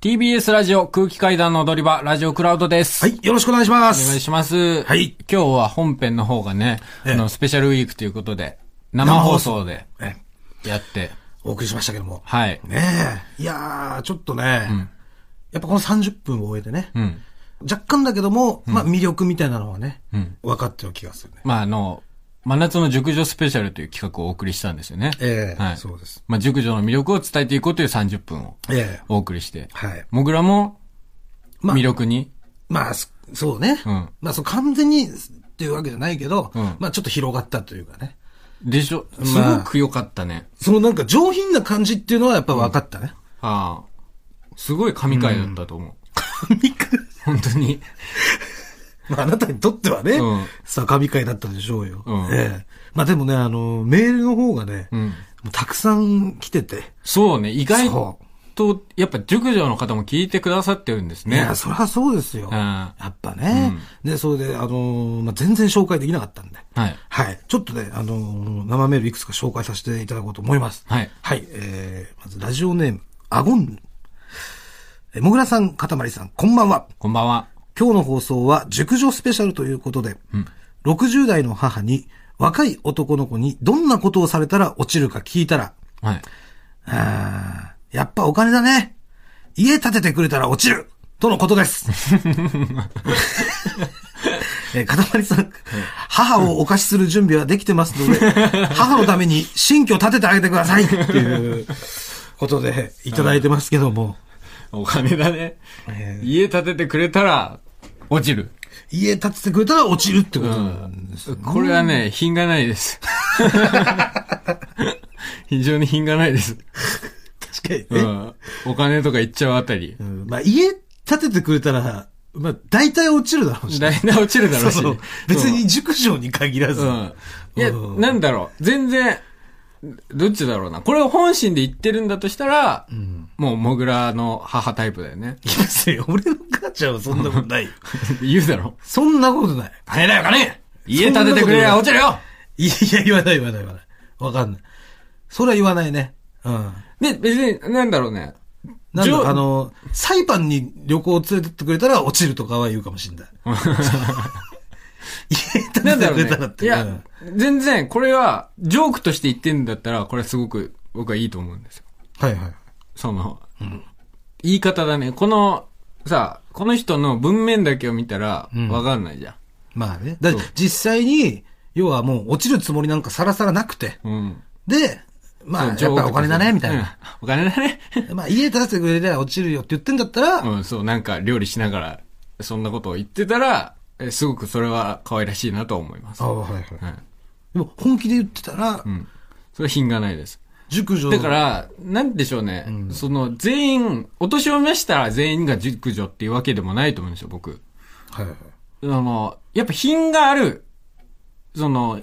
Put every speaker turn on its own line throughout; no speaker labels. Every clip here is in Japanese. TBS ラジオ空気階段の踊り場、ラジオクラウドです。
はい、よろしくお願いします。
お願いします。
はい
今日は本編の方がね、
ええ
あの、スペシャルウィークということで、生放送で
え
やって、
お送りしましたけども。
はい。
ねえ。いやー、ちょっとね、やっぱこの30分を終えてね、
うん。
若干だけども、まあ魅力みたいなのはね、
うん
分かってる気がするね。
まあ、あの、真夏の熟女スペシャルという企画をお送りしたんですよね。
ええ
はい。
そうです。
まあ、熟女の魅力を伝えていこうという30分を
ええ
お送りして、
はい。
もぐらも
まあ
魅力に、
まあ、そそうね。
うん
まあ、そう完全にっていうわけじゃないけど、
うん
まあちょっと広がったというかね。
でしょ、す
まあ
ごく良かったね。
そのなんか上品な感じっていうのはやっぱ分かったね。
ああ。すごい神回だったと思う。
神回
本当に。
まあ、あなたにとってはね、
うん
さあ、神回だったでしょうよ。
うん
ええまあでもね、あの、メールの方がね、
うん
もうたくさん来てて。
そうね、意外
そ
と、やっぱ熟女の方も聞いてくださってるんです
い
ね
や、。そりゃそうですよ。
うん
やっぱね。で、それで、あのーまあ、全然紹介できなかったんで。
はい。
はい。ちょっとね、あのー生メールいくつか紹介させていただこうと思います。
はい
はい。えー、まず、ラジオネーム、アゴン。え、もぐらさん、かたまりさん、こんばんは。
こんばんは。
今日の放送は熟女スペシャルということで、60代の母に若い男の子にどんなことをされたら落ちるか聞いたら、
はい。
あーやっぱお金だね。家建ててくれたら落ちるとのことです。えー、かたまりさん、母をお貸しする準備はできてますので、母のために新居建ててあげてくださいっていうことでいただいてますけども、
お金だね。家建ててくれたら、落ちる。
家建ててくれたら落ちるってことなんです
これはね、品がない です。非常に品がないです。
確かに
う
ね。
ん。お金とか言っちゃうあたり
う。んまあ、家建ててくれたら、まあ、大体落ちるだろうし。
だいたい落ちるだろうし
そう。別に熟女に限らず。
うん。いや、
うん。
なんだろう。全然、どっちだろうな。これを本心で言ってるんだとしたら、もう、モグラの母タイプだよね
いや別に俺の母ちゃんはそんなことない。
言うだろ。
そんなことない。金だよ、金
家建ててくれ
そんな
や、
こと
落ちるよ
ないいや、言わない、言わない、言わない。わかんない。それは言わないね。うん。
で、別に、なんだろうね。
なん
上
だあの、サイパンに旅行を連れてってくれたら落ちるとかは言うかもしんない。家建
なん
て
だ
て
ろ
く
う
れたら
ね
っ。
い
て。うん
や、全然、これは、ジョークとして言ってんだったら、これすごく、僕はいいと思うんですよ。
はいはい。
その、言い方だね。この、さ、この人の文面だけを見たら、わかんないじゃん。
まあね。だって実際に、要はもう落ちるつもりなんかさらさらなくて。
うん。
で、まあ、やっぱお金だね、みたいな。。
お金だね。
まあ、家建ててくれたら落ちるよって言ってんだったら、
うん、そう、なんか料理しながら、そんなことを言ってたら、えすごくそれは可愛らしいなと思います。は
はいはい。
い。
でも、本気で言ってたら、
うん。それは品がないです。
熟女。
だか、ら、なんでしょうね。その、全員、お年を召したら全員が熟女っていうわけでもないと思うんですよ、僕。
はいはい。
その、やっぱ品がある、その、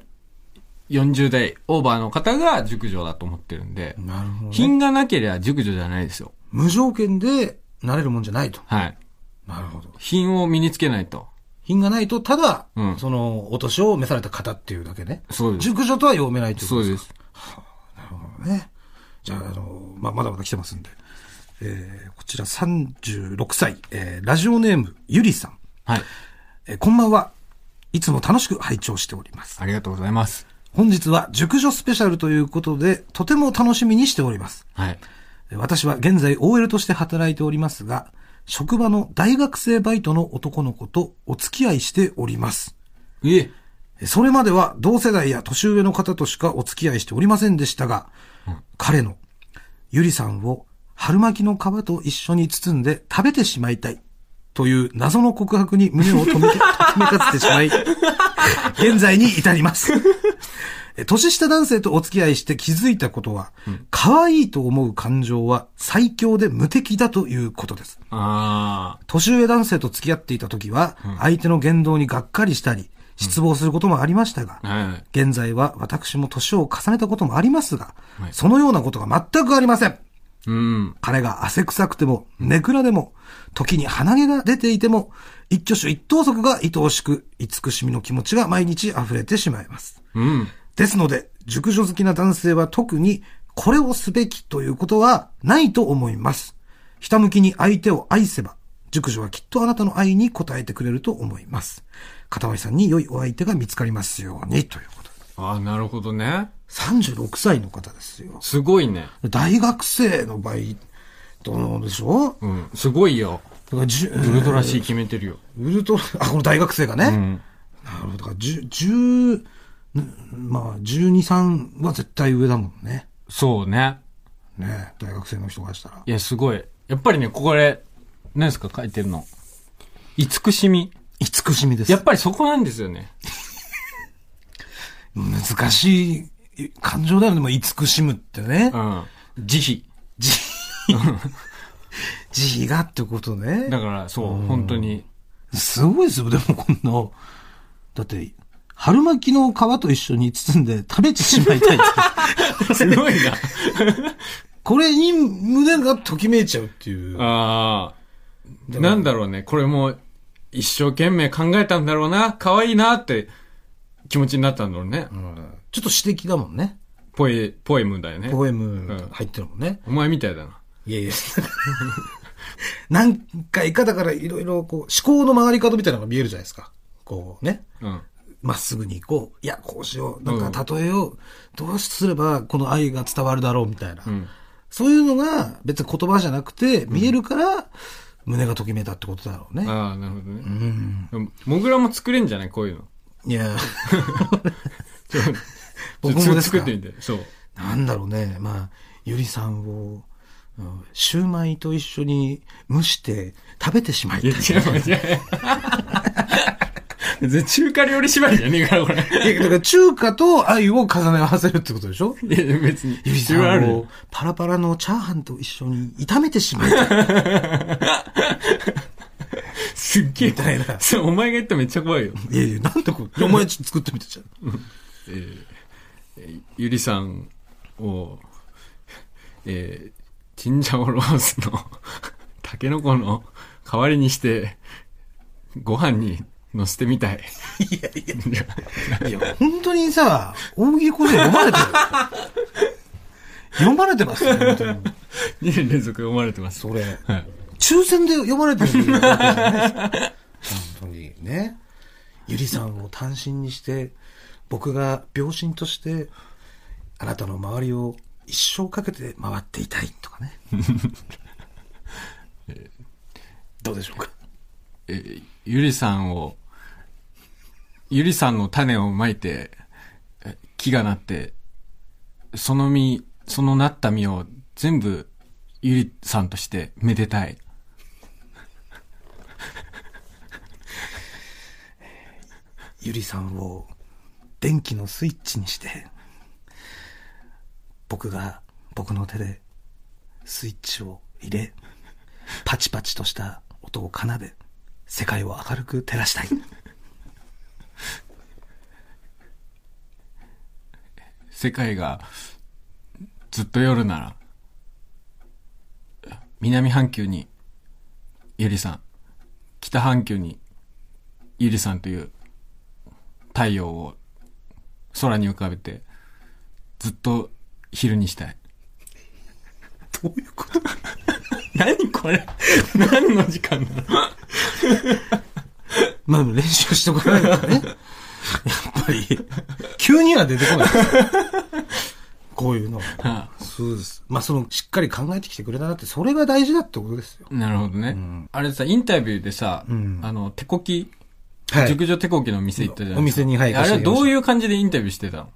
40代オーバーの方が熟女だと思ってるんで、
なるほど、ね。
品がなければ熟女じゃないですよ。
無条件で、なれるもんじゃないと。
はい。
なるほど。
品を身につけないと。
品がないと、ただ、
うん
その、お年を召された方っていうだけね。
そうです。
熟女とは読めないというこ
そ
と
う
です
で
か
す。
ね。じゃあ、あの、まあ、まだまだ来てますんで。えー、こちら36歳、えー、ラジオネーム、ゆりさん。
はい。
えーこんばんは。いつも楽しく拝聴しております。
ありがとうございます。
本日は熟女スペシャルということで、とても楽しみにしております。
はい。
え私は現在 OL として働いておりますが、職場の大学生バイトの男の子とお付き合いしております。
え
えそれまでは同世代や年上の方としかお付き合いしておりませんでしたが、彼のゆりさんを春巻きの皮と一緒に包んで食べてしまいたいという謎の告白に胸をときめときめかせてしまい、現在に至ります。え年下男性とお付き合いして気づいたことは、可愛いと思う感情は最強で無敵だということです。
あ
年上男性と付き合っていた時は、相手の言動にがっかりしたり、失望することもありましたが、
あ。はい。
現在は私も年を重ねたこともありますが、そのようなことが全くありません。
うん。
彼が汗臭くても、ネクラでも、時に鼻毛が出ていても、一挙手一投足が愛おしく、慈しみの気持ちが毎日溢れてしまいます。
うん。
ですので、熟女好きな男性は特にこれをすべきということはないと思います。ひたむきに相手を愛せば、熟女はきっとあなたの愛に応えてくれると思います。片割さんに良いお相手が見つかりますように、ということで。
ああ、なるほどね。
36歳の方ですよ。
すごいね。
大学生の場合、どうでしょう
うん。すごいよ。
だからじゅ
ウルトラ C 決めてるよ。
ウルトラ、あ、この大学生がね。
ん
なるほど。だから、十、十、まあ、十二、三は絶対上だもんね。
そうね。
ね大学生の人がしたら。
いや、すごい。やっぱりね、これ、何ですか書いてるの。慈しみ。
慈しみです。
やっぱりそこなんですよね。
難しい感情だよね。でも、慈しむってね
う。ん。慈
慈慈悲がってこと
悲。だ
ね。
から、そう、本当に。
すごいですよ。でも、こんな。だって、春巻きの皮と一緒に包んで食べてしまいたいって。
すごいな。
これに胸がときめいちゃうっていう。
ああ。なんだろうね。これも、一生懸命考えたんだろうな。可愛いなって気持ちになったんだろうね。
ちょっと詩的だもんね。
ポエ、ポエムだよね。
ポエム入ってるもんね。
お前みたいだな。
いやいや。 何回かだからいろいろこう思考の曲がり方みたいなのが見えるじゃないですか。こうね。
うん。
まっすぐに行こう。いや、こうしよう。なんか例えよう。どうすればこの愛が伝わるだろうみたいな。
ん
そういうのが別に言葉じゃなくて見えるから胸がときめいたってことだろうね。
ああ、なるほどね。
うん。
でもモグラも作れんじゃないこういうの。
いや、
ちょっと
僕もです
作
か
ってみて。そう。
なんだろうね。まあ、ゆりさんを、うんシューマイと一緒に蒸して食べてしまいた
い
い
や、。違う、違う。 全中華料理縛りじゃねえから、これ。
いやだから中華と愛を重ね合わせるってことでしょ
いや、別に。
ゆりさ
いろいろある
んを
よ
パラパラのチャーハンと一緒に炒めてしまいたい。
すっげえ
みたいな
そう、お前が言ったらめっちゃ怖いよ。
いやいや、なんでこれ、お前ちょっと作ってみてじゃん。
ゆりさんを、えー、チンジャオロースの、タケノコの代わりにして、ご飯に乗せてみたい。いやいや。
いや、本当にさ、大喜利講座読まれてる。読まれてますよ、本当に。
2年連続読まれてます。
それ。
はい。
抽選で読まれてる、ね。本当にね。ゆりさんを単身にして、僕が病身として、あなたの周りを一生かけて回っていたいとかね。どうでしょうか。
えーゆりさんを、ゆりさんの種をまいて、え木がなって、その実、そのなった実を全部ゆりさんとしてめでたい。
ゆりさんを電気のスイッチにして、僕が僕の手でスイッチを入れ、パチパチとした音を奏で、世界を明るく照らしたい。
世界がずっと夜なら、南半球にゆりさん、北半球にゆりさんという太陽を空に浮かべて、ずっと昼にしたい。
どういうこと
何こ れ何の時間なの
まあ練習してこないとね。やっぱり、急には出てこないです。こういうのは。
あ
そうです。まあその、しっかり考えてきてくれたなって、それが大事だってことですよ。
なるほどね、
ん
あれさ、インタビューでさ、
うん
あの、手こき、
はい。
熟女手こきの店行ったじゃないですか。
お店にはい
あれは
貸してきました
どういう感じでインタビューしてたの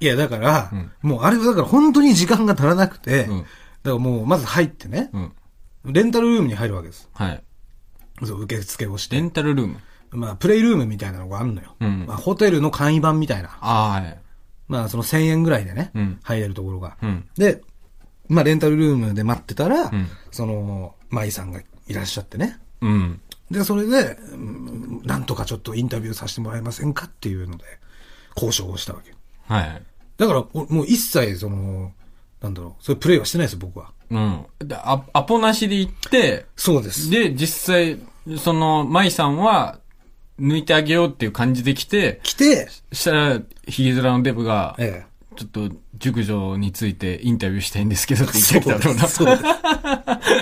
いや、だから、
うん
もうあれはだから本当に時間が足らなくて、
うん
だからもうまず入ってね、
うん。
レンタルルームに入るわけです。
はい。
そう、受付をし
レ
て。
ンタルルーム。
まあ、プレイルームみたいなのがあるのよ。
うん
まあ、ホテルの簡易版みたいな。
ああ、はい。
まあ、その1000円ぐらいでね、
うん
入れるところが。
うん。
で、まあ、レンタルルームで待ってたら、
ん
その、舞さんがいらっしゃってね。
うん。
で、それで、うんなんとかちょっとインタビューさせてもらえませんかっていうので、交渉をしたわけ。
はい。
だから、おもう一切、その、なんだろう、そういうプレイはしてないですよ、僕は。
うん。で、アアポなしで行って、
そうです。
で、実際、その、舞さんは、抜いてあげようっていう感じで来て、
来て、
したら、ヒゲズラのデブが、
ええ。
ちょっと、熟女についてインタビューしたいんですけどって言ってきたろうな。
そうですそうです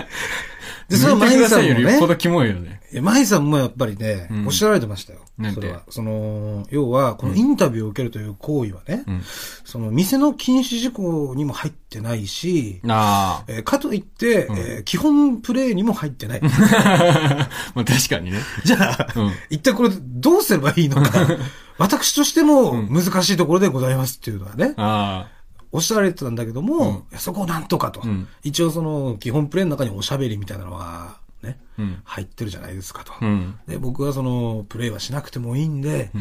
で、それは
抜い
舞
てくだ
さ
さ
ん
い
も
よりよっ
ね
ぽ、どキモいよね。
え舞さんもやっぱりね、
うん
おっしゃられてましたよ
なん。て
それは。その、要は、このインタビューを受けるという行為はね、
うん
その、店の禁止事項にも入ってないし、
ああ。
えーかといって、えー基本プレイにも入ってない。
まあ確かにね。
じゃあ、
うん
一体これどうすればいいの か、私としても難しいところでございますっていうのはね、
あ
おっしゃられてたんだけども、そこをなんとかと。
うん
一応その、基本プレイの中におしゃべりみたいなのは、ね、
あ。うん。
入ってるじゃないですかと。
うん。
で、僕はその、プレイはしなくてもいいんで、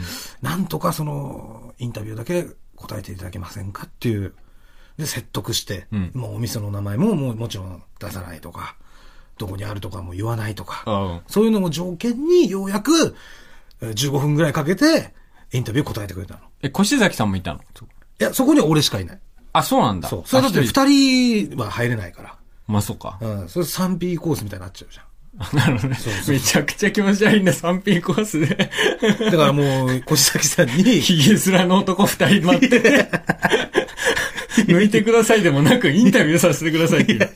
なんとかその、インタビューだけ答えていただけませんかっていう。で、説得して、
うん
もうお店の名前ももうもちろん出さないとか、どこにあるとかも言わないとか、
あ
そういうのを条件にようやく、えー15分ぐらいかけて、インタビュー答えてくれたの。い
え、越崎さんもいたの
や、そこには俺しかいない。
あ、そうなんだ。
そう。それだって
あ一人
二人は入れないか
まあそうか。
ら。うん。それ 3P コースみたいになっちゃうじゃ
なるほどね。めちゃくちゃ気持ち悪いんだ、3P コースで。
ん。だからもう、越崎さん に、
ひげすらの男二人待って て。抜いてくださいでもなく、インタビューさせてくださいっていう。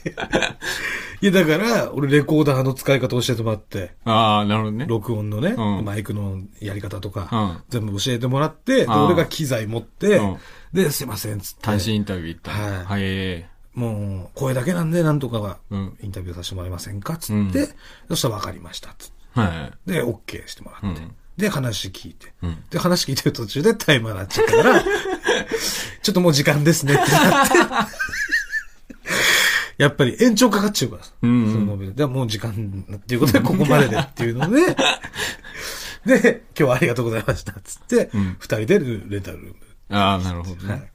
いや、だから、俺レコーダーの使い方教えてもらって、
ああ、なるほどね。
録音のね、
うん
マイクのやり方と
うん
か、全部教えてもらって、で
あー
俺が機材持って
うん、
で、すいません、つって。
単身インタビュー行ったの。
は
はい。え
もう、声だけなんで、なんとかは
うん、
インタビューさせてもらえませんか、つ
う
っ
ん
て、そしたら分かりました、つって。
えは
で、OK してもらって
うん。
で、話聞いて
うん。
で、話聞いてる途中でタイマーなっちゃった から、ちょっともう時間ですねってなって。やっぱり延長かかっちゃうから。
うんうん
そのでもう時間っていうことでここまででっていうので、で、今日はありがとうございましたっつって、二、
ん
人でレンタルルーム。
い。ああ、なるほど
はい
ね。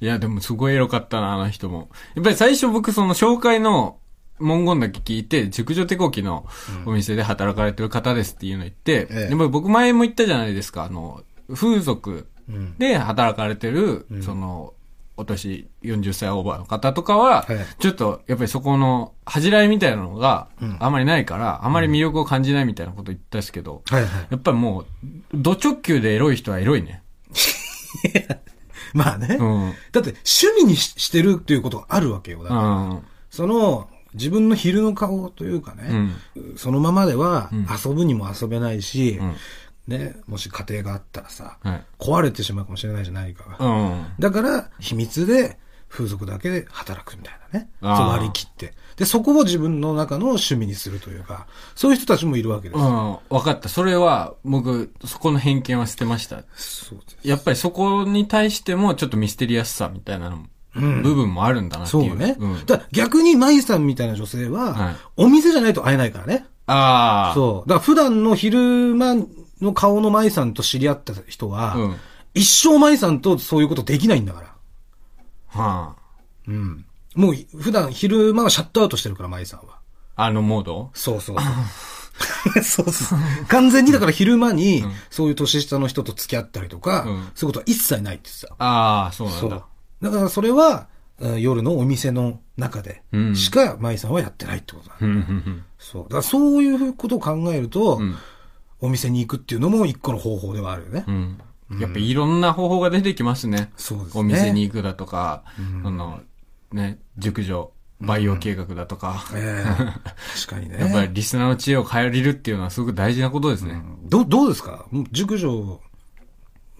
いや、でもすごいエロかったな、あの人も。やっぱり最初僕、その紹介の文言だけ聞いて、熟女手こきのお店で働かれてる方ですっていうの言って、
ええ
でも僕前も言ったじゃないですか、あの、風俗
うん
で働かれてる、
うん
その、お年40歳オーバーの方とかは、
はい
ちょっと、やっぱりそこの恥じらいみたいなのが
うん
あまりないから、あまり魅力を感じないみたいなこと言ったんですけど、
はいはい。
やっぱりもう、ド直球でエロい人はエロいね。
まあね。
うん。
だって趣味にししてるっていうことがあるわけよ。だから
うん。
その、自分の昼の顔というかね、
うん。
そのままでは
うん
遊ぶにも遊べないし、
うん
ね、もし家庭があったらさ、
はい。
壊れてしまうかもしれないじゃないかが。
うん。
だから、秘密で風俗だけで働くみたいなね。そう
あー
割り切って。で、そこを自分の中の趣味にするというか、そういう人たちもいるわけで
うん。わかった。それは、僕、そこの偏見は捨てました。
す。そうです。
やっぱりそこに対しても、ちょっとミステリアスさみたいなのも、
うん
部分もあるんだなって
そう
いう。
ね。
ん、
だから逆に、舞さんみたいな女性
は、
はいお店じゃないと会えないからね。
ああ。
そう。だから普段の昼間の顔の舞さんと知り合った人は、
うん。は
一生舞さんとそういうことできないんだから。
あ。
うん。もう普段昼間はシャットアウトしてるから、舞さんは。
あのモード
そうそう そう。そうそう。 完全にだから昼間に、そういう年下の人と付き合ったりとか、
うん
そういうことは一切ないって言ってた。
ああ、そうな
そ
ん
う。
だ。
だからそれは、うん夜のお店の中で
うん
しか舞さんはやってないってことだ。
うんうんうん
そう。だからそういうことを考えると、
ん
お店に行くっていうのも一個の方法ではあるよね。
うん。やっぱいろんな方法が出てきますね。
そうですね。
お店に行くだとか、その、ね、熟女、培養計画だとか。
ええ 確かにね。
やっぱりリスナーの知恵を変えれるっていうのはすごく大事なことですね。
どどうですかもう熟女、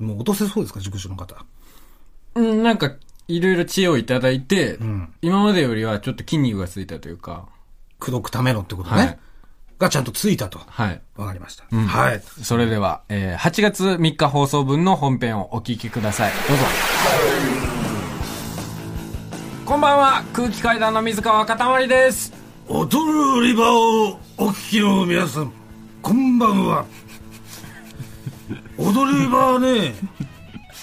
もう落とせそうですか熟女の方。
うん、なんか、いろいろ知恵をいただいて、
ん
今までよりはちょっと筋肉がついたというか、
口説くためのってことね。
はい
がちゃんとついたと。
はい。
わかりました。はい。
それでは、えー8月3日放送分の本編をお聞きください。どうぞ。こんばんは、空気階段の水川かたまりです。
踊るリバーをお聞きの皆さん、こんばんは。踊るリバーはね、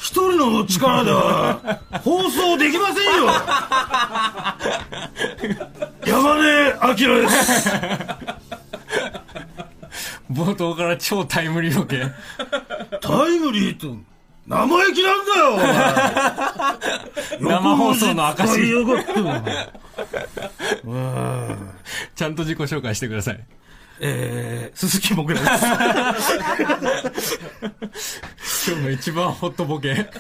一人の力では放送できませんよ山根明です。
冒頭から超タイムリーボ ケ。
タイムリーと生意気なんだよお 前
生放送の証
よく使いやがってお前うん
ちゃんと自己紹介してください。
えー、鈴木もぐらです。
今日の一番ホットボケ。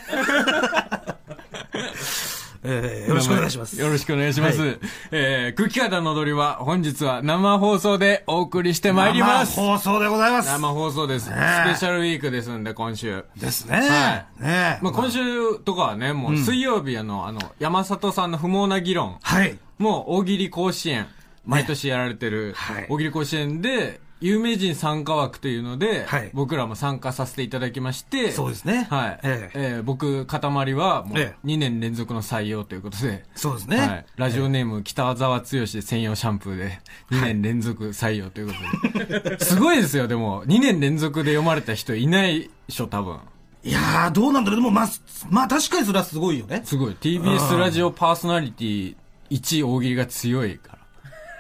えーよろしくお願いします。
よろしくお願いします。
は
えー、空気方の踊りは本日は生放送でお送りしてまいります。
生放送でございます。
生放送です。スペ
え
シャルウィークですんで、今週。
ですね。
はい
ねえ
まあ、今週とかはね、もう水曜日あの、あの、山里さんの不毛な議論。
はい。
もう大喜利甲子園。毎年やられてる
はい。
大喜利甲子園で、有名人参加枠というので
はい、
僕らも参加させていただきまして。
そうですね
はい。
え
え
え
ー僕、塊はもう
ええ
2年連続の採用ということで。
そうです
は
ね
い。。ラジオネーム、北沢剛専用シャンプーで、2年連続採用ということで。すごいですよ、でも。2年連続で読まれた人いないでしょ、多分。
い、やー、どうなんだろう。でも、まあ、すまあ確かにそれはすごいよね。
すごい。TBS ラジオパーソナリティ1大喜利が強いか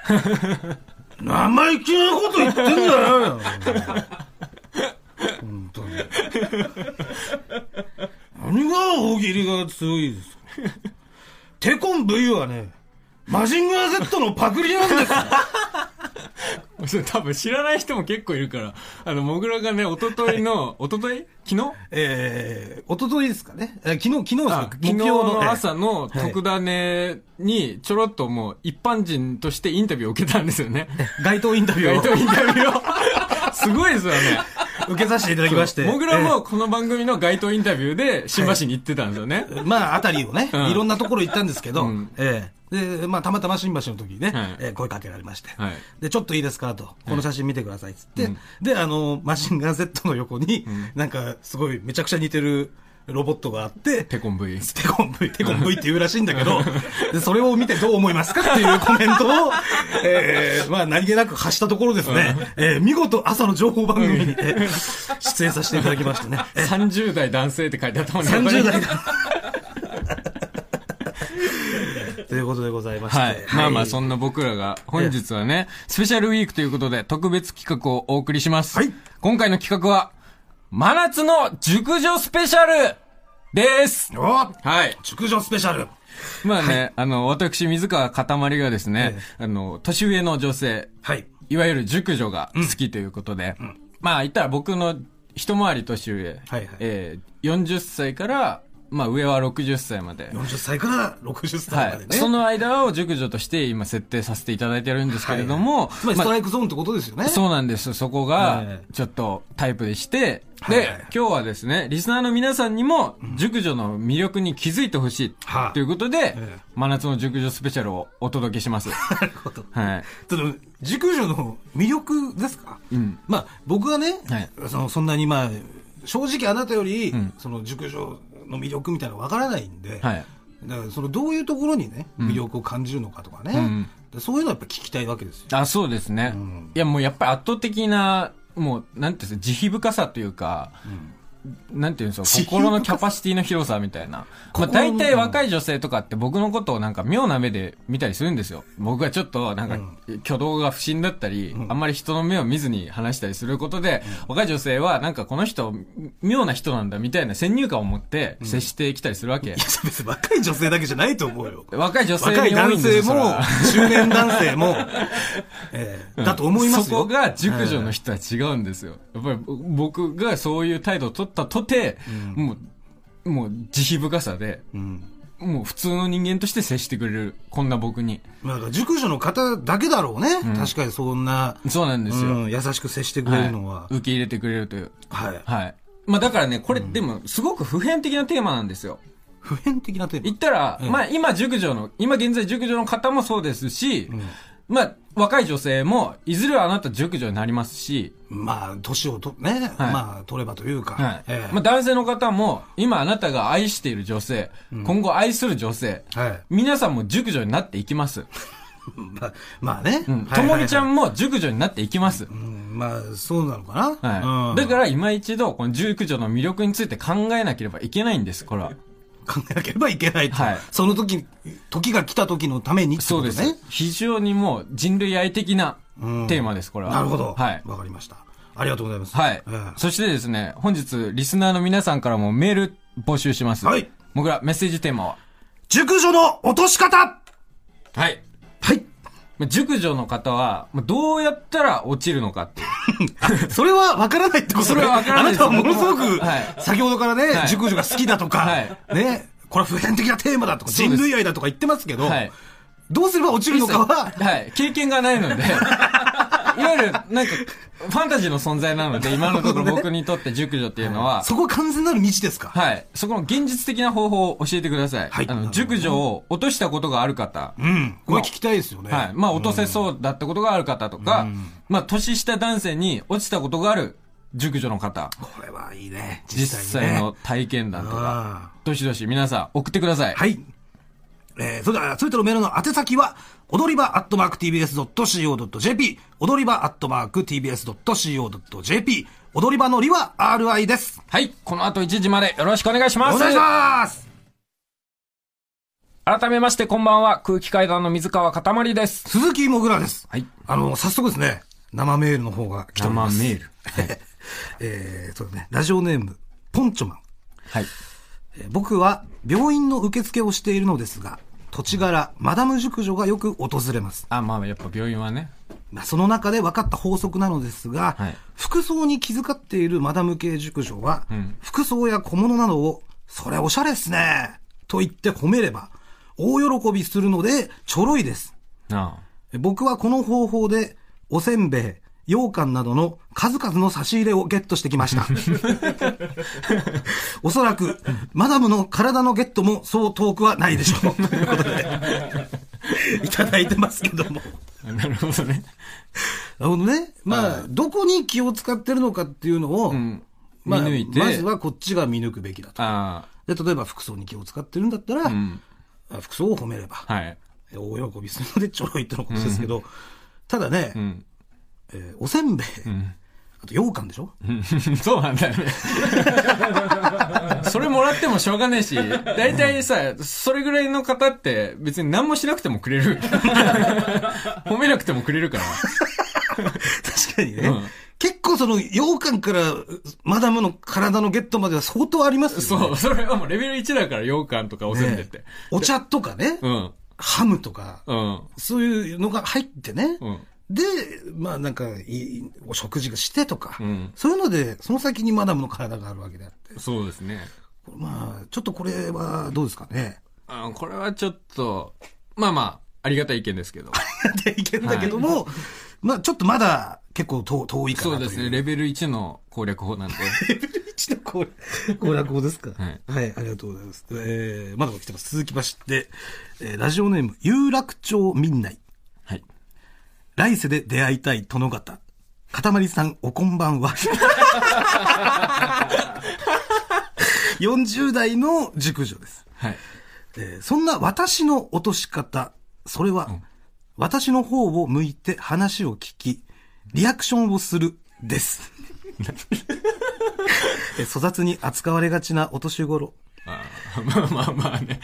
ら。
生意気なこと言ってんじゃない よ。本当に。何が大喜利が強いですかテコン V はね、マジンガー Z のパクリなんですよ。
それ多分知らない人も結構いるから、あの、もぐらがね、おとといの、おととい昨日
えー、おとといですかね。えー昨日、昨日です
あ
か
昨日の。
木曜
朝の特ダネにちょろっともう一般人としてインタビューを受けたんですよ ね。
えー街頭インタビュ
街
ー
頭インタビューを。 すごいですよね。
を受けさせていただきまして。
もぐらもこの番組の街頭インタビューで新橋に行ってたんですよね。
まあ、あたりをね、
うん
いろんなところ行ったんですけど、
うん
ええで、まあ、たまたま新橋の時にね、
はい
ええ声かけられまして、
はい
で、ちょっといいですかと、この写真見てくださいっつって、で、あの、マシンガン Z の横に、なんか、すごい、めちゃくちゃ似てるロボットがあって、
テコン V。
テコン V、テコン V って言うらしいんだけ ど、で、それを見てどう思いますかっていうコメントを、ええまあ、何気なく発したところですね、ええ見事朝の情報番組に、ええ出演させていただきましてね、ええ
30代男性って書いてあったもんね。
30代だ。 ということでございまして。
はい。まあまあ、そ
の。
んな僕らが、本日はね、スペシャルウィークということで、特別企画をお送りします。
はい
今回の企画は、真夏の熟女スペシャルです
お
はい。
熟女スペシャル。
まあね、あの、私、水川かたまりがですね、あの、年上の女性、
はい。
いわゆる熟女が好きということで、まあ言ったら僕の一回り年上、
はい
えー40歳から、まあ上は60歳まで。
40歳から60歳ま
は
でね。
い。その間を熟女として今設定させていただいてるんですけれども、
つまりス
まあ
トライクゾーンってことですよね。
そうなんです。そこが、
は
ちょっとタイプでして、
はい
で、今日はですね、リスナーの皆さんにも、熟女の魅力に気づいてほしい
はい、
ということで
ええ、
真夏の熟女スペシャルをお届けし ます。
なるほど。
はい。
ちょっと、熟女の魅力ですか
うん。
まあ、僕はね
はい、
そのそんなにまあ、正直あなたより
ん、
その熟女の魅力みたいなのわからないんで、
はい。
だからそのどういうところにね、魅力を感じるのかとかね、
ん
でそういうのはやっぱ聞きたいわけですよ。
あ、そうですね。
ん
いや、もうやっぱり圧倒的な、もう、なんていうんですか、慈悲深さというか、なんていうんです
慈
か、
悲深さ
心のキャパシティの広さみたいな。まあ、
心の
大体若い女性とかって僕のことをなんか妙な目で見たりするんですよ。僕はちょっと、なんか、挙動が不審だったり、あんまり人の目を見ずに話したりすることで、若い女性はなんかこの人、妙な人なんだみたいな先入観を持って接してきたりするわけ。
いや別に若い女性だけじゃないと思うよ。
若い女性
若い
に多い
男
んです
性
よ。それ
も
は、
中年男性 も、えーだと思います
そこ
よ。
が熟女の人は違うんですよ。やっぱりぼ僕がそういう態度を取ったとて、もう、もう慈悲深さで、
うん。
もう普通の人間として接してくれる。こんな僕に。
まあ、だから熟女の方だけだろうね。確かにそんな、
そうなんですよ。
うん優しく接してく
は
れ
い
るのは。
受け入れてくれるという。
はい。
はい。まあだからね、これ、でも、すごく普遍的なテーマなんですよ。
普遍的な点。
言ったら、まあ今熟女の、今現在熟女の方もそうですし、まあ若い女性も、いずれはあなた熟女になりますし、
まあ、年をと、ね、
い
まあ、取ればというか。
はい
えー
まあ、男性の方も、今あなたが愛している女性、今後愛する女性、
はい
皆さんも熟女になっていきます。
まあ、まあね。
うん
はい
ともみちゃ
はい
んも熟女になっていきます。
はいうんまあ、そうなのかな。
は
うん
い。だから今一度、この熟女の魅力について考えなければいけないんです、これは。
考えなければいけないと。
はい
その時、時が来た時のためにって
そ
こ
う
と
で
ね。
す。非常にもう人類愛的な
うん
テーマです、これは。
なるほど。
はい。
わかりました。ありがとうございます。
はい
ええ。
そしてですね、本日、リスナーの皆さんからもメール募集します。
はい。
僕らメッセージテーマは
熟女の落とし方は
はい。
い。
まあ熟女の方は、まあどうやったら落ちるのかっていう。
それはわからないってことね
それはわからない
あな
です
たはものすご
僕
く
もはい、
先ほどからね、
はい
熟女が好きだとか
は、
ね、これ普遍的なテーマだとか、
そう
人
です
類愛だとか言ってますけど、
はい
どうすれば落ちるのかは、
はい。経験がないの で。いわゆる、なんか、ファンタジーの存在なので、今のところ僕にとって熟女っていうのは、
そこは完全なる未知ですか、
はい。そこの現実的な方法を教えてください。
はい
あ
なる
の、
ほど
熟女を落としたことがある方。
うん。これ聞きたいですよね。
はい。まあ、落とせそうだったことがある方とか、まあ、年下男性に落ちたことがある熟女の方。
これはいいね。
実
にね
際の体験談とか、
あ
どしどし皆さん送ってください。
ーはい。えー、それでは、すべてのメールの宛先は、踊り場アットマーク tbs.co.jp、踊り場アットマーク tbs.co.jp、踊り場のりは RI です。
はい。この後1時までよろしくお願いします。
お願いします
改めましてこんばんは。空気階段の水川かたまりです。
鈴木もぐらです。
はい。
あの、早速ですね、生メールの方が来ております。
メール。
えー、そうだね、ラジオネーム、ポンチョマン。
はい。
えー僕は病院の受付をしているのですが、土地柄、マダム熟女がよく訪れます。
あ、まあやっぱ病院はね。
まあ、その中で分かった法則なのですが、
はい
服装に気遣っているマダム系熟女は、服装や小物などを、それおしゃれっすねと言って褒めれば、大喜びするので、ちょろいです。
な
僕はこの方法で、おせんべい、羊羹などの数々の差し入れをゲットしてきました。 おそらく、マダムの体のゲットもそう遠くはないでし ょう。ということで、いただいてますけども。
あ。なるほどね。
なるほどね。まあ、どこに気を使ってるのかっていうのを、
ん
まあ、
見抜いて
まずはこっちが見抜くべきだと。
あ
で、例えば服装に気を使ってるんだったら、服装を褒めれば、
あ、はい。
大喜びするのでちょろいってのことですけど、ただね、
ん
えーおせんべい、あと羊羹でしょ、
そうなんだよね。 それもらってもしょうがないし、大体さ、それぐらいの方って別に何もしなくてもくれ る。褒めなくてもくれるから。
確かにね。
うん
結構その羊羹からマダムの体のゲットまでは相当ありますよね。
そう、それはもうレベル1だから、羊羹とかおせんべいって。
お茶とかね、
うん。
ハムとか、
うん。
そういうのが入ってね。
うん。
で、まあなんかいい、お食事がしてとか、
ん
そういうので、その先にマダムの体があるわけであって。
そうですね。
これまあ、ちょっとこれはどうですかね。
あこれはちょっと、まあまあ、ありがたい意見です けど。
っていけんだけども、まあちょっとまだ結構遠遠いか
そ
な
う
とい
ですね、レベル1の攻略法なんで。
一の攻攻略法ですか。
は
はいい、ありがとうございます。えー、まだまだ来てます。続きまして、えーラジオネーム、有楽町民内。
はい。
来世で出会いたい殿方。かたまりさん、おこんばんは。40代の熟女です。
はい。
えーそんな私の落とし方、それは、私の方を向いて話を聞き、リアクションをする、です。えー粗雑に扱われがちなお年頃。
あーまあまあまあね。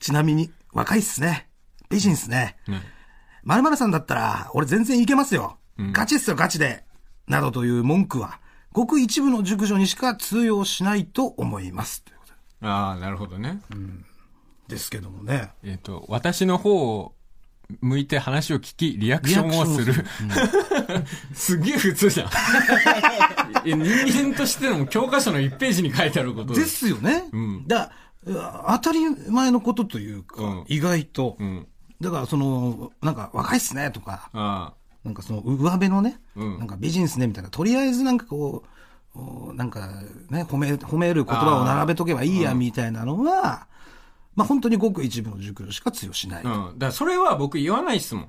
ちなみに、若いっすね。美人っすね。
うん
まるまるさんだったら、俺全然いけますよ。ガチっすよ、ガチで。などという文句は、ごく一部の熟女にしか通用しないと思います。ということ
ああ、なるほどね。
ですけどもね。
えっ、と、私の方を向いて話を聞き、リアクションをする。 すげえ普通じゃん。 いや人間としての教科書の1ページに書いてあること
で。すよね。だうわ当たり前のことというか、
うん
意外と。
うん。
だから、その、なんか、若いっすね、とか、
あ
なんかその、上辺のね、
うん
なんか美人っすね、みたいな。とりあえずなんかこう、おなんかね、褒め、褒める言葉を並べとけばいいや、みたいなのは、まあ本当にごく一部の熟女しか通用しない。
あ。うん。だからそれは僕言わないっすもん。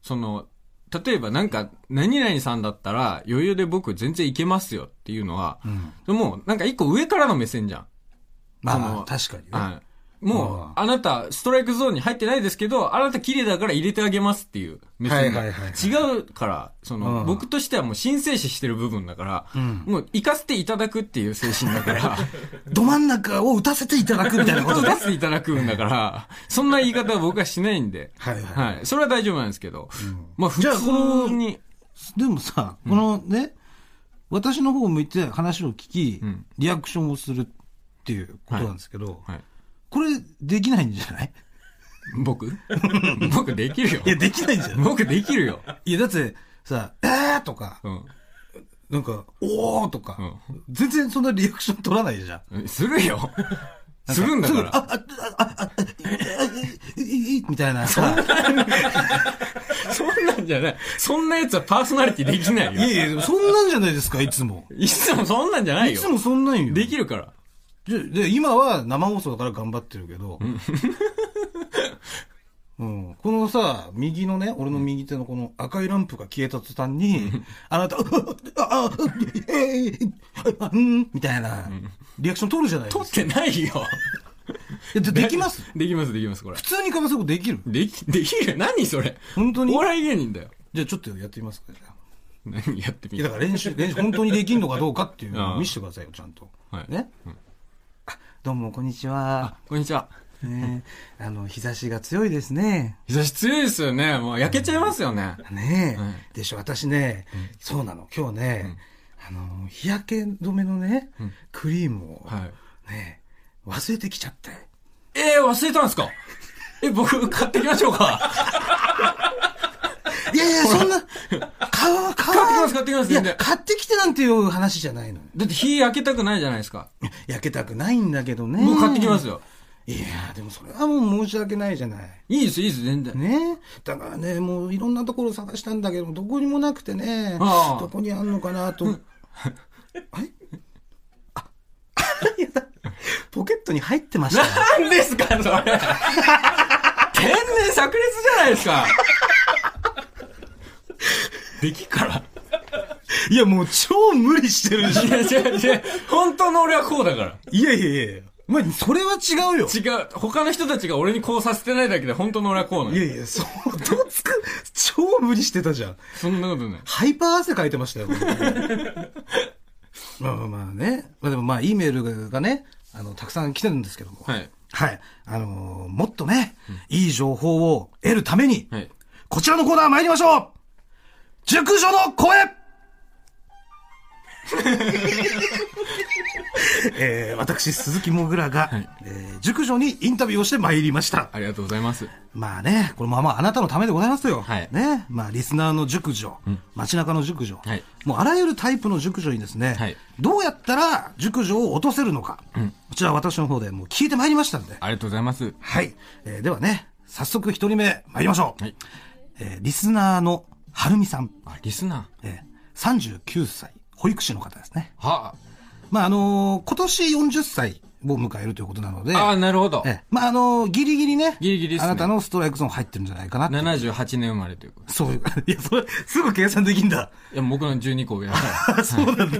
その、例えばなんか、何々さんだったら余裕で僕全然いけますよっていうのは、もうなんか一個上からの目線じゃん。そ
ま
の
あ、確かにね。
はい。もう、あなた、ストライクゾーンに入ってないですけど、あなた綺麗だから入れてあげますっていう目線が。
はいはいはい
違うから、その、
うん
僕としてはもう神聖視してる部分だから、もう行かせていただくっていう精神だ から、
ど真ん中を打たせていただくみたいなこ
音
と
出
で。
していただくんだから、そんな言い方は僕はしないんで。
はいはい
はい。それは大丈夫なんですけど、まあ普
じゃあこの
通に、
でもさ、このね、私の方を向いて話を聞き、
ん
リアクションをするっていうことなんですけど、
はい。
これできないんじゃない
僕 僕できるよ
い。や、できないんじゃない
僕できるよ。
いや、だってさ、えーとか、
うん。
なんか、おーとか、全然そんなリアクション取らないじゃん。
うんするよ。するんだ
すぐ、
か
あ、
ら。
あ、あ、あ、あ、みたいなさ。
そんなんじゃない。そんなやつはパーソナリティできない
い
よ。
やいや、そんなんじゃないですか、いつも。
いつもそんなんじゃない
い
よ
つ。もそんなんよ。
できるから。
じゃで、今は生放送だから頑張ってるけど。うん、このさ、右のね、俺の右手のこの赤いランプが消えた途端に、あなた、ああ、ええ、うん、みたいな、リアクション取るじゃないで
取っ
す
てないよ。
か。でできます
できます、できます、これ。
普通にかますことできる
でき、できる何それ。
本当に
お笑い芸人だよ。
じゃあちょっとやってみますか、じゃあ
何やってみ
いや、だ
る
から練 習、練習、本当にできんのかどうかっていうの
あ
を
あ
見せてくださいよ、ちゃんと。
はい
ね、あどうも、こんにちは。
こんにちは。
ねえ、あの、日差しが強いですね。
日差し強いですよね。もう焼けちゃいますよね。
ねえ、
はい
でしょ、私ね、そうなの、今日ね、あの、日焼け止めのね、クリームを、
はい。
ねえ、忘れてきちゃって。
えー、忘れたんですかえ、僕、買ってきましょうか。
いやい や、そんな、買
買っ
わ、買
てきま
わ
す、買ってきます、
い
全
や、
然。
買ってきてなんていう話じゃないのよ。
だって火焼けたくないじゃないですか。
焼けたくないんだけどね。
僕買ってきます。よ。
いや、でもそれはもう申し訳ないじゃない。
いいです、いいです、全然。
ねだからね、もういろんなところ探したんだけど、どこにもなくてね、
ああ
どこにあんのかな と。あれあやだポケットに入ってましたよ。
なんですか、それ。天然炸裂じゃないですか。できっから。
いや、もう超無理してるし。
いや、違う違う。本当の俺はこうだから。
いやいやいやまあ、それは違うよ。
違う。他の人たちが俺にこうさせてないだけで、本当の俺はこうなの
い。やいや、相当つく、超無理してたじゃん。
そんなことない。
ハイパー汗かいてま したよ。僕まあまあまあね。まあでもまあ、E メールがね、あの、たくさん来てるんですけども。
はい。
はい。あのーもっとね、いい情報を得るために、
はい。
こちらのコーナー参りましょう熟女の声 えー、私、鈴木もぐらが、
はい
えー熟女にインタビューをして参りました。
ありがとうございます。
まあね、これもまああなたのためでございますよ。
はい
ね。まあリスナーの熟女、街中の熟女、
はい
もうあらゆるタイプの熟女にですね、
はい
どうやったら熟女を落とせるのか、こちら私の方でもう聞いてまいりましたんで、
ありがとうございます。
はい。えーではね、早速一人目参りましょう。
はい
えーリスナーのはるみさん、
あ、リスナ
えー、39歳、保育士の方ですね。
ー。は
まあ、あのー今年40歳を迎えるということなので、
あ。ああ、なるほど
え。えまあ、あのーギリギリね、
ギリギリっす
あ
ね
なたのストライクゾーン入ってるんじゃないかなって。
78年生まれということ。
そう いう、いや、それ、すぐ計算できんだ。
いや、僕の12個上だ から。
そうなんだね。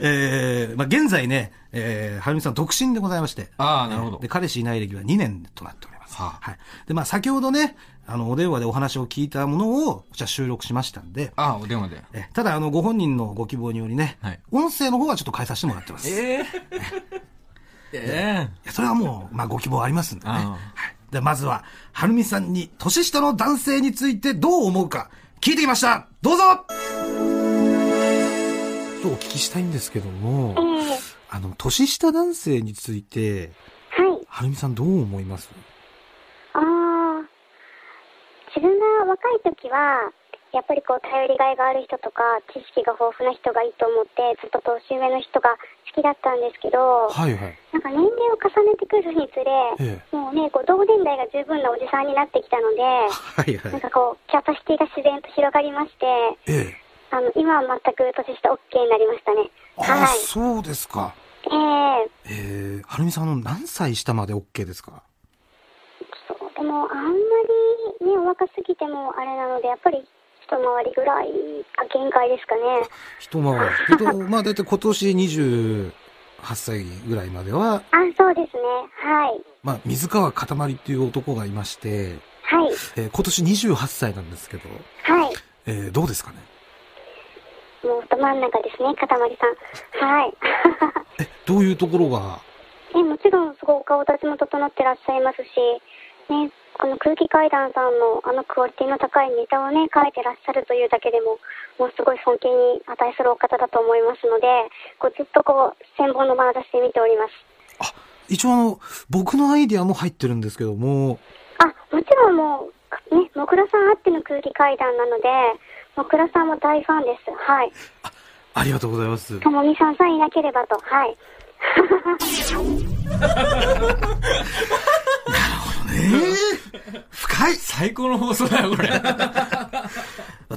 えーまあ、現在ね、えーはるみさん独身でございまして。
ああなるほど
で、彼氏いない歴は2年となっております。
は
はい。で、まあ、先ほどね、あの、お電話でお話を聞いたものを、こちら収録しましたんで、
ああ、お電話で。
えただ、あの、ご本人のご希望によりね、
はい
音声の方はちょっと変えさせてもらってます。い
ええ。ええ。
やそれはもう、まあ、ご希望ありますんでね。
ああ
はい。で、まずは、はるみさんに、年下の男性についてどう思うか、聞いてきましたどうぞ
ちょっとお聞きしたいんですけども、
ええ
あの、年下男性について、
はい。
はるみさんどう思います
ああ。自分が若い時は、やっぱりこう頼りがいがある人とか、知識が豊富な人がいいと思って、ずっと年上の人が好きだったんですけど、
はいはい。
なんか年齢を重ねてくるにつれ、
ええ。
もうね、こう同年代が十分なおじさんになってきたので、
はいは
なん
い。
かこう、キャパシティが自然と広がりまして、
ええ。
あの、今は全く年下 OK になりましたね。
ああ、
はい。
そうですか。
ええ
ええはるみさんあの何歳下まで OK ですか
そうでもあんまりねお若すぎてもあれなのでやっぱり一回りぐらいが限界ですかね
一回り。えっと、まあだいたい今年28歳ぐらいまでは、
あそうですねはい
まあ水川かたまりっていう男がいまして、
はい
えー今年28歳なんですけど、
はい
えーどうですかね
もうど真ん中ですねかたまりさんはい
え、どういうところが、
ねもちろんすごいお顔立ちも整ってらっしゃいますしねこの空気階段さんのあのクオリティの高いネタをね書いてらっしゃるというだけでももうすごい尊敬に値するお方だと思いますのでこうずっとこう千本の眼差しで見ております
一応あの、僕のアイディアも入ってるんですけども、
あ、もちろんもう、ね、もぐらさんあっての空気階段なので、もぐらさんも大ファンです。はい。
ありがとうございます。
ともみさんさえいなければと。はい。
深い
最高の放送だよ、こ れ。は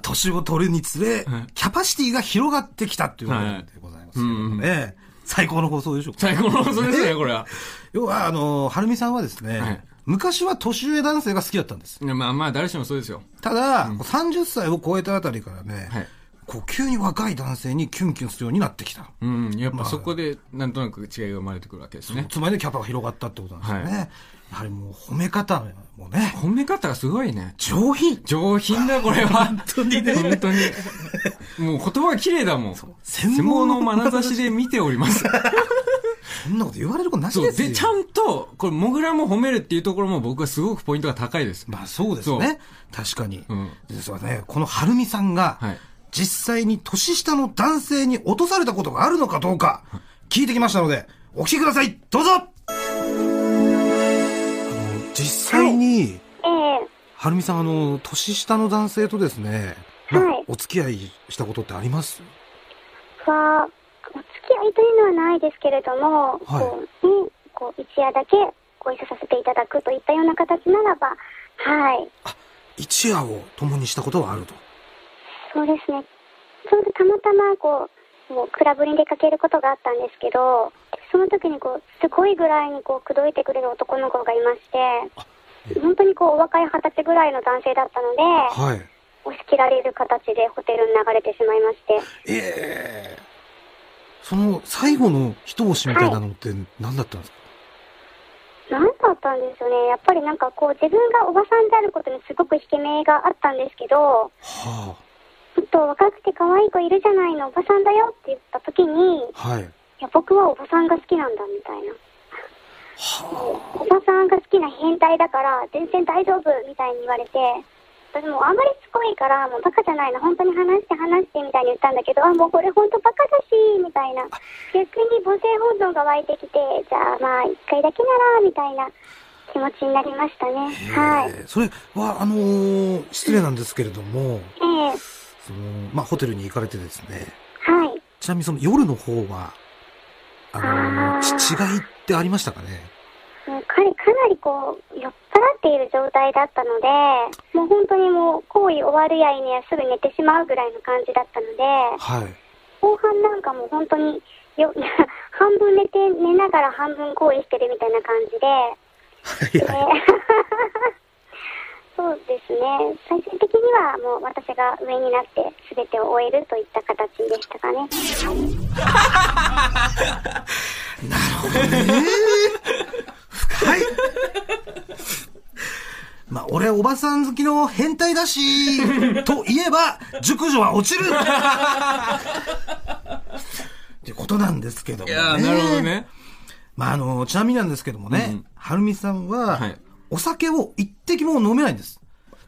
年を取るにつれ、キャパシティが広がってきたっていうことでございますけどもね。最高の放送でしょうか
最高の放送ですね、これは。
要は、あの、はるみさんはですね、
はい
昔は年上男性が好きだったんです。
いやまあまあ、誰しもそうですよ。
ただ、30歳を超えたあたりからね、
はい
こう急に若い男性にキュンキュンするようになってきた。
うん、やっぱそこで、なんとなく違いが生まれてくるわけですね。
つまりねキャパが広がったってことなんですよね。
は
やはりもう褒め方もね、
褒め方がすごいね。
上品。
上品だ、これは。本
当にね
本当に。もう言葉が綺麗だもん。専
専門
門
の
の眼差しで見ております。
そんなこと言われることなし
そう。
ですよ。
で、ちゃんと、これ、モグラも褒めるっていうところも僕はすごくポイントが高いです。
まあそうですね。確かに。
うん
ですよね。このはるみさんが、
はい
実際に年下の男性に落とされたことがあるのかどうか、聞いてきましたので、お聞きくださいどうぞ
実際に、
ええ
はるみさん、あの、年下の男性とですね、
はい。
お付き合いしたことってあります
は、お付き合いというのはないですけれども、
はい
こうにこう一夜だけご一緒させていただくといったような形ならば、はい。
一夜を共にしたことはあると。
そうですね。ちょうどたまたま、こう、もうクラブに出かけることがあったんですけど、その時にこう、すごいぐらいにこう、口説いてくれる男の子がいまして、本当にこう、お若い二十歳ぐらいの男性だったの
は
で、
い。
押し切られる形でホテルに流れてしまいまして、
ええその最後の一押しみたいなのって何だったんですか、
なんだったんですよね。やっぱりなんかこう、自分がおばさんであることにすごく引け目があったんですけど、
は
ちょっと若くて可愛い子いるじゃないの、おばさんだよって言った時に、
あ、はい。
いや、僕はおばさんが好きなんだ、みたいな。おばさんが好きな変態だから、全然大丈夫、みたいに言われて、私もうあんまりしつこいから、もうバカじゃないの、本当に話して話して、みたいに言ったんだけど、あ、もうこれ本当バカだし、みたいな。逆に母性本能が湧いてきて、じゃあまあ、一回だけなら、みたいな気持ちになりましたね。はい。え
えーそれは、あのー失礼なんですけれども、
え
その、まあ、ホテルに行かれてですね、
はい。
ちなみにその夜の方は、あの
あ
ー
ー
ち違いってありましたかね
もう彼かなりこう酔っ払っている状態だったのでもう本当にもう行為終わるやいにはすぐ寝てしまうぐらいの感じだったので
はい。
後半なんかもう本当によ 半分寝て寝ながら半分行為してるみたいな感じで
はいはい。
そうですね最終的にはもう私が上になって全てを終えるといった形でしたかね
はい。 まあ、俺、おばさん好きの変態だし、と言えば、熟女は落 ちるってことなんですけども、
い
ね。
やー、なるほど。ね。
まあ、あの、ちなみになんですけども
う
ね
ん、
はるみさんは
はい、
お酒を一滴も飲めないんです。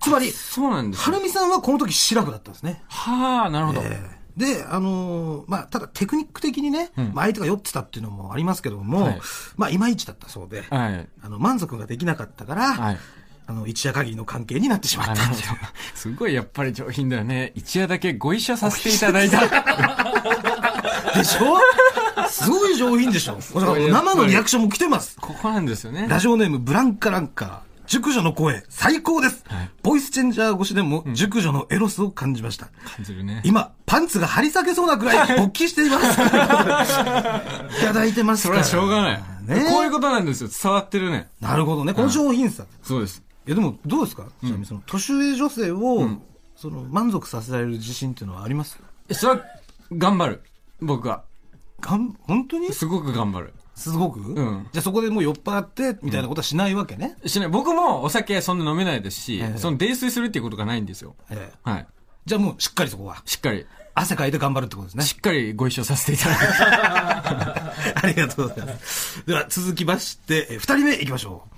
つまり、
そうなんです
は
よ
るみさんはこの時シラフだったんですね。
はあ、なるほど。
ええで、あのーまあ、ただテクニック的にね、
ん
まあ、相手が酔ってたっていうのもありますけども、
はい
まあ、いまいちだったそうで、
はい。
あの、満足ができなかったから、
はい。
あの、一夜限りの関係になってしまった んですよ。
すごいやっぱり上品だよね。一夜だけご一緒させていただ いた。
でしょすごい上品でしょだから生のリアクションも来てます。
ここなんですよね。
ラジオネーム、ブランカランカー。熟女の声、最高です、
はい
ボイスチェンジャー越しでも、熟女のエロスを感じました。
感じるね。
今、パンツが張り裂けそうな くらい勃起しています。いただいてます
そ
か
れ
ら。
はしょうがない。
ね
こういうことなんですよ。伝わってるね。
なるほどね。この上品さ。い
そうです。
や、でも、どうですか、ちなみにその、年上女性を、その、満足させられる自信っていうのはあります
それは、頑張る。僕は。
がん、本当に
すごく頑張る。
すごく、
ん
じゃあそこでもう酔っ払って、みたいなことはしないわけね。
しない。僕もお酒そんな飲めないですし、
ええ
その泥酔するっていうことがないんですよ。
ええ
はい。
じゃあもうしっかりそこは。
しっかり、
汗かいて頑張るってことですね。
しっかりご一緒させていただきます。
ありがとうございます。では続きまして、えー二人目いきましょう。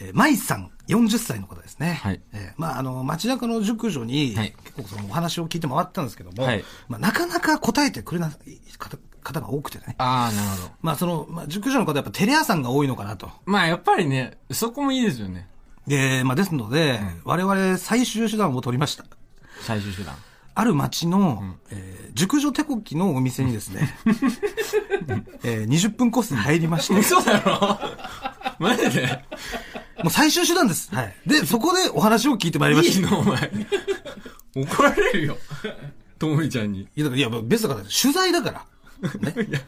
えー、舞さん、40歳の方ですね。
はい
えーまあ、あの、街中の熟女に、
はい
結構そのお話を聞いて回ったんですけども、
はい
まあ、なかなか答えてくれない方方が多くてね。
ああ、なるほど。
まあ、その、まあ、熟女の方はやっぱテレ朝が多いのかなと。
まあやっぱりね、そこもいいですよね。
で、まあ、ですので、我々最終手段を取りました。
最終手段。
ある町の、えー熟女手こきのお店にです ね、えー20分コースに入りまして、も
嘘だろ マジで
う最終手段です。はい。で、そこでお話を聞いてまいりまし
い
た。
いのお 前。怒られるよ。ともみちゃんに。
いや、だからいや別だから、取材だから。 ね、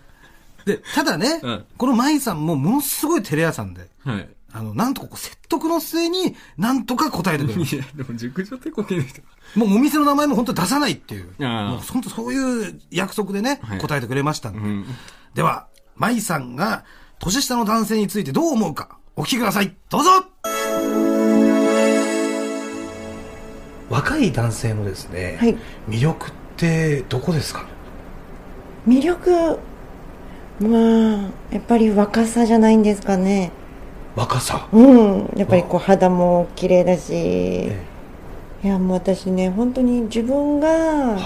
で、ただね、
うん
この舞さんもものすごいテレ屋さんで、
はい。
あの、なんとかこう説得の末に、なんとか答えてくれ まし
いや、でも熟女ってこきの人。
た。もうお店の名前も本当に出さないっていう。
ああ
もう本当そういう約束でね、
はい
答えてくれましたんで。
うん。
では、舞さんが年下の男性についてどう思うか、お聞きください。どうぞ若い男性のですね、
はい、
魅力ってどこですか
魅力まあやっぱり若さじゃないんですかね
若さ。
うんやっぱりこう肌も綺麗だし、いやもう私ね本当に自分が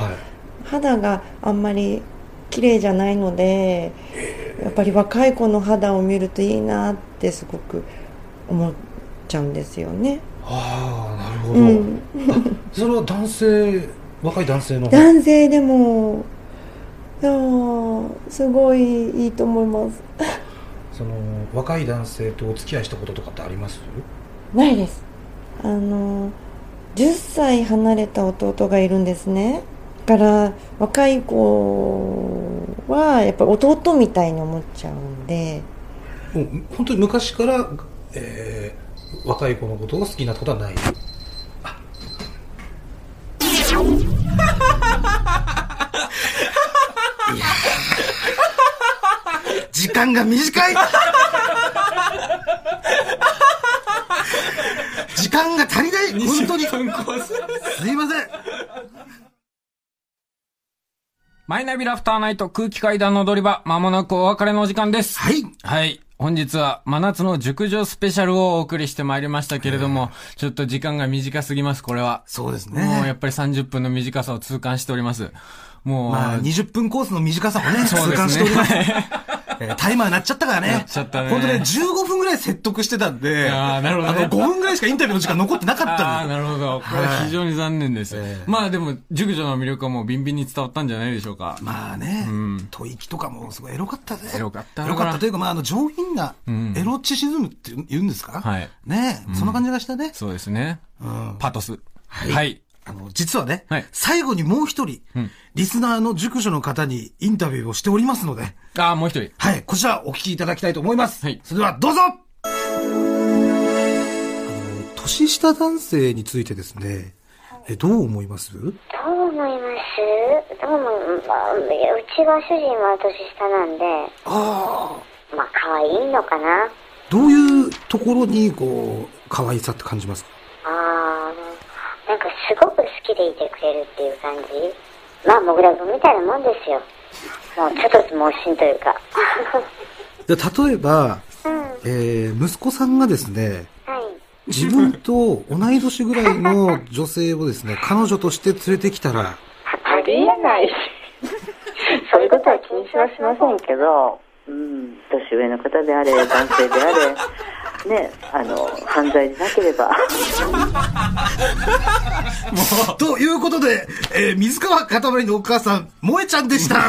肌があんまり綺麗じゃないので、やっぱり若い子の肌を見るといいなってすごく思っちゃうんですよね、
ああ、なるほど。
うん、
それは男性、若い男性の方。
男性でもいやーすごいいいと思います
その若い男性とお付き合いしたこととかってあります
ないですあの10歳離れた弟がいるんですねだから若い子はやっぱり弟みたいに思っちゃうんで
もう本当に昔から、えー若い子のことが好きになったことはない時間が短い時間が足りない本 当にすいません
マイナビラフターナイト空気階段の踊り場、まもなくお別れのお時間です。
はい
はい。本日は真夏の熟女スペシャルをお送りしてまいりましたけれども、ちょっと時間が短すぎます、これは。
そうですね
もうやっぱり30分の短さを痛感しております。もう、
まあ、20分コースの短さもね、
そう
痛
ですね
感しており ます。えータイマーなっちゃったからね。
なっちゃったね
本当ね、15分ぐらい説得してたんで、
あーなるほどね
あの、5分ぐらいしかインタビューの時間残ってなかった
ああ、
んで
なるほど。これは非常に残念です。まあでも、熟女の魅力はもうビンビンに伝わったんじゃないでしょうか。
まあね、
ん
吐息とかもすごいエロかったね。
エロかった
エ
な
ロかったというか、まあ、あの、上品な
うん、
エロチシズムって言うんですか、
はい
ねそんな感じがしたね。
そうですね。
うん。
パトス。はい。
あの、実はね、
はい
最後にもう一人、リスナーの熟女の方にインタビューをしておりますので、
ああ、もう一人。
はい、こちらお聞きいただきたいと思います。
はい
それではどうぞ
年下男性についてですね、えどう思います
どう思いますどうも、まあ、いやうちは主人は年下なんで、まあ、可愛いのかな
どういうところに、こう、可愛さって感じますか
あーなんかすごく好きでいてくれるっていう感じまあモグラ君みたいなもんですよもうちょっと盲信というか
で例えば、
うんは
えー息子さんがですね、
い
自分と同い年ぐらいの女性をですね、 彼女として連れてきたら、
ありえないし、そういうことは気にしはしませんけど、うん、年上の方であれ、男性であれ、ね、あの、犯罪でなければ。
ということで、えー水川かたまりのお母さん、萌えちゃんでした。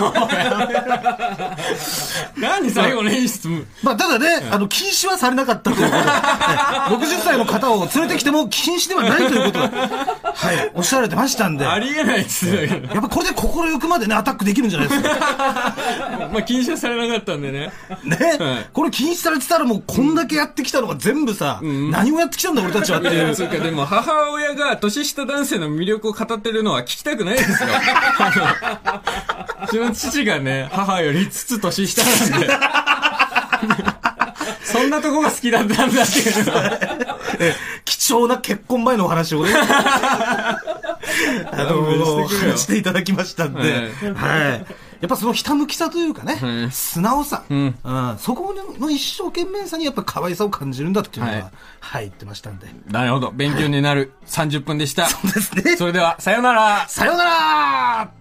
何最後の演出
まあ、ただね、あの、禁止はされなかったということで、はい60歳の方を連れてきても禁止ではないということで、はい、おっしゃられてましたんで、
あ
や
りえないっすよ。
っぱこれで心ゆくまでね、アタックできるんじゃないですか。
まあ、禁止はされなかったんでね。
ね、
はい
これ禁止されてたらもうこんだけやってきたのが全部さ、何をやってきたんだ俺たちはって
い
い
や、
う。
つうか、でも、母親が年下男性の魅力を語ってるのは聞きたくない ですよ。あのうちの父がね、母より5つ年下なんで。 そんなとこが好きだったんだっていうのは
貴重な結婚前のお 話をね、あの
勘弁してくれよ
していただきましたんで、
はい
はい。やっぱそのひたむきさというかね、
はい
素直さ、うんんそこの一生懸命さにやっぱ可愛さを感じるんだっていうのは、
は
はいい、言ってましたんで。
なるほど。勉強になる30分でした。
ですね。
それでは、さようなら。
さようなら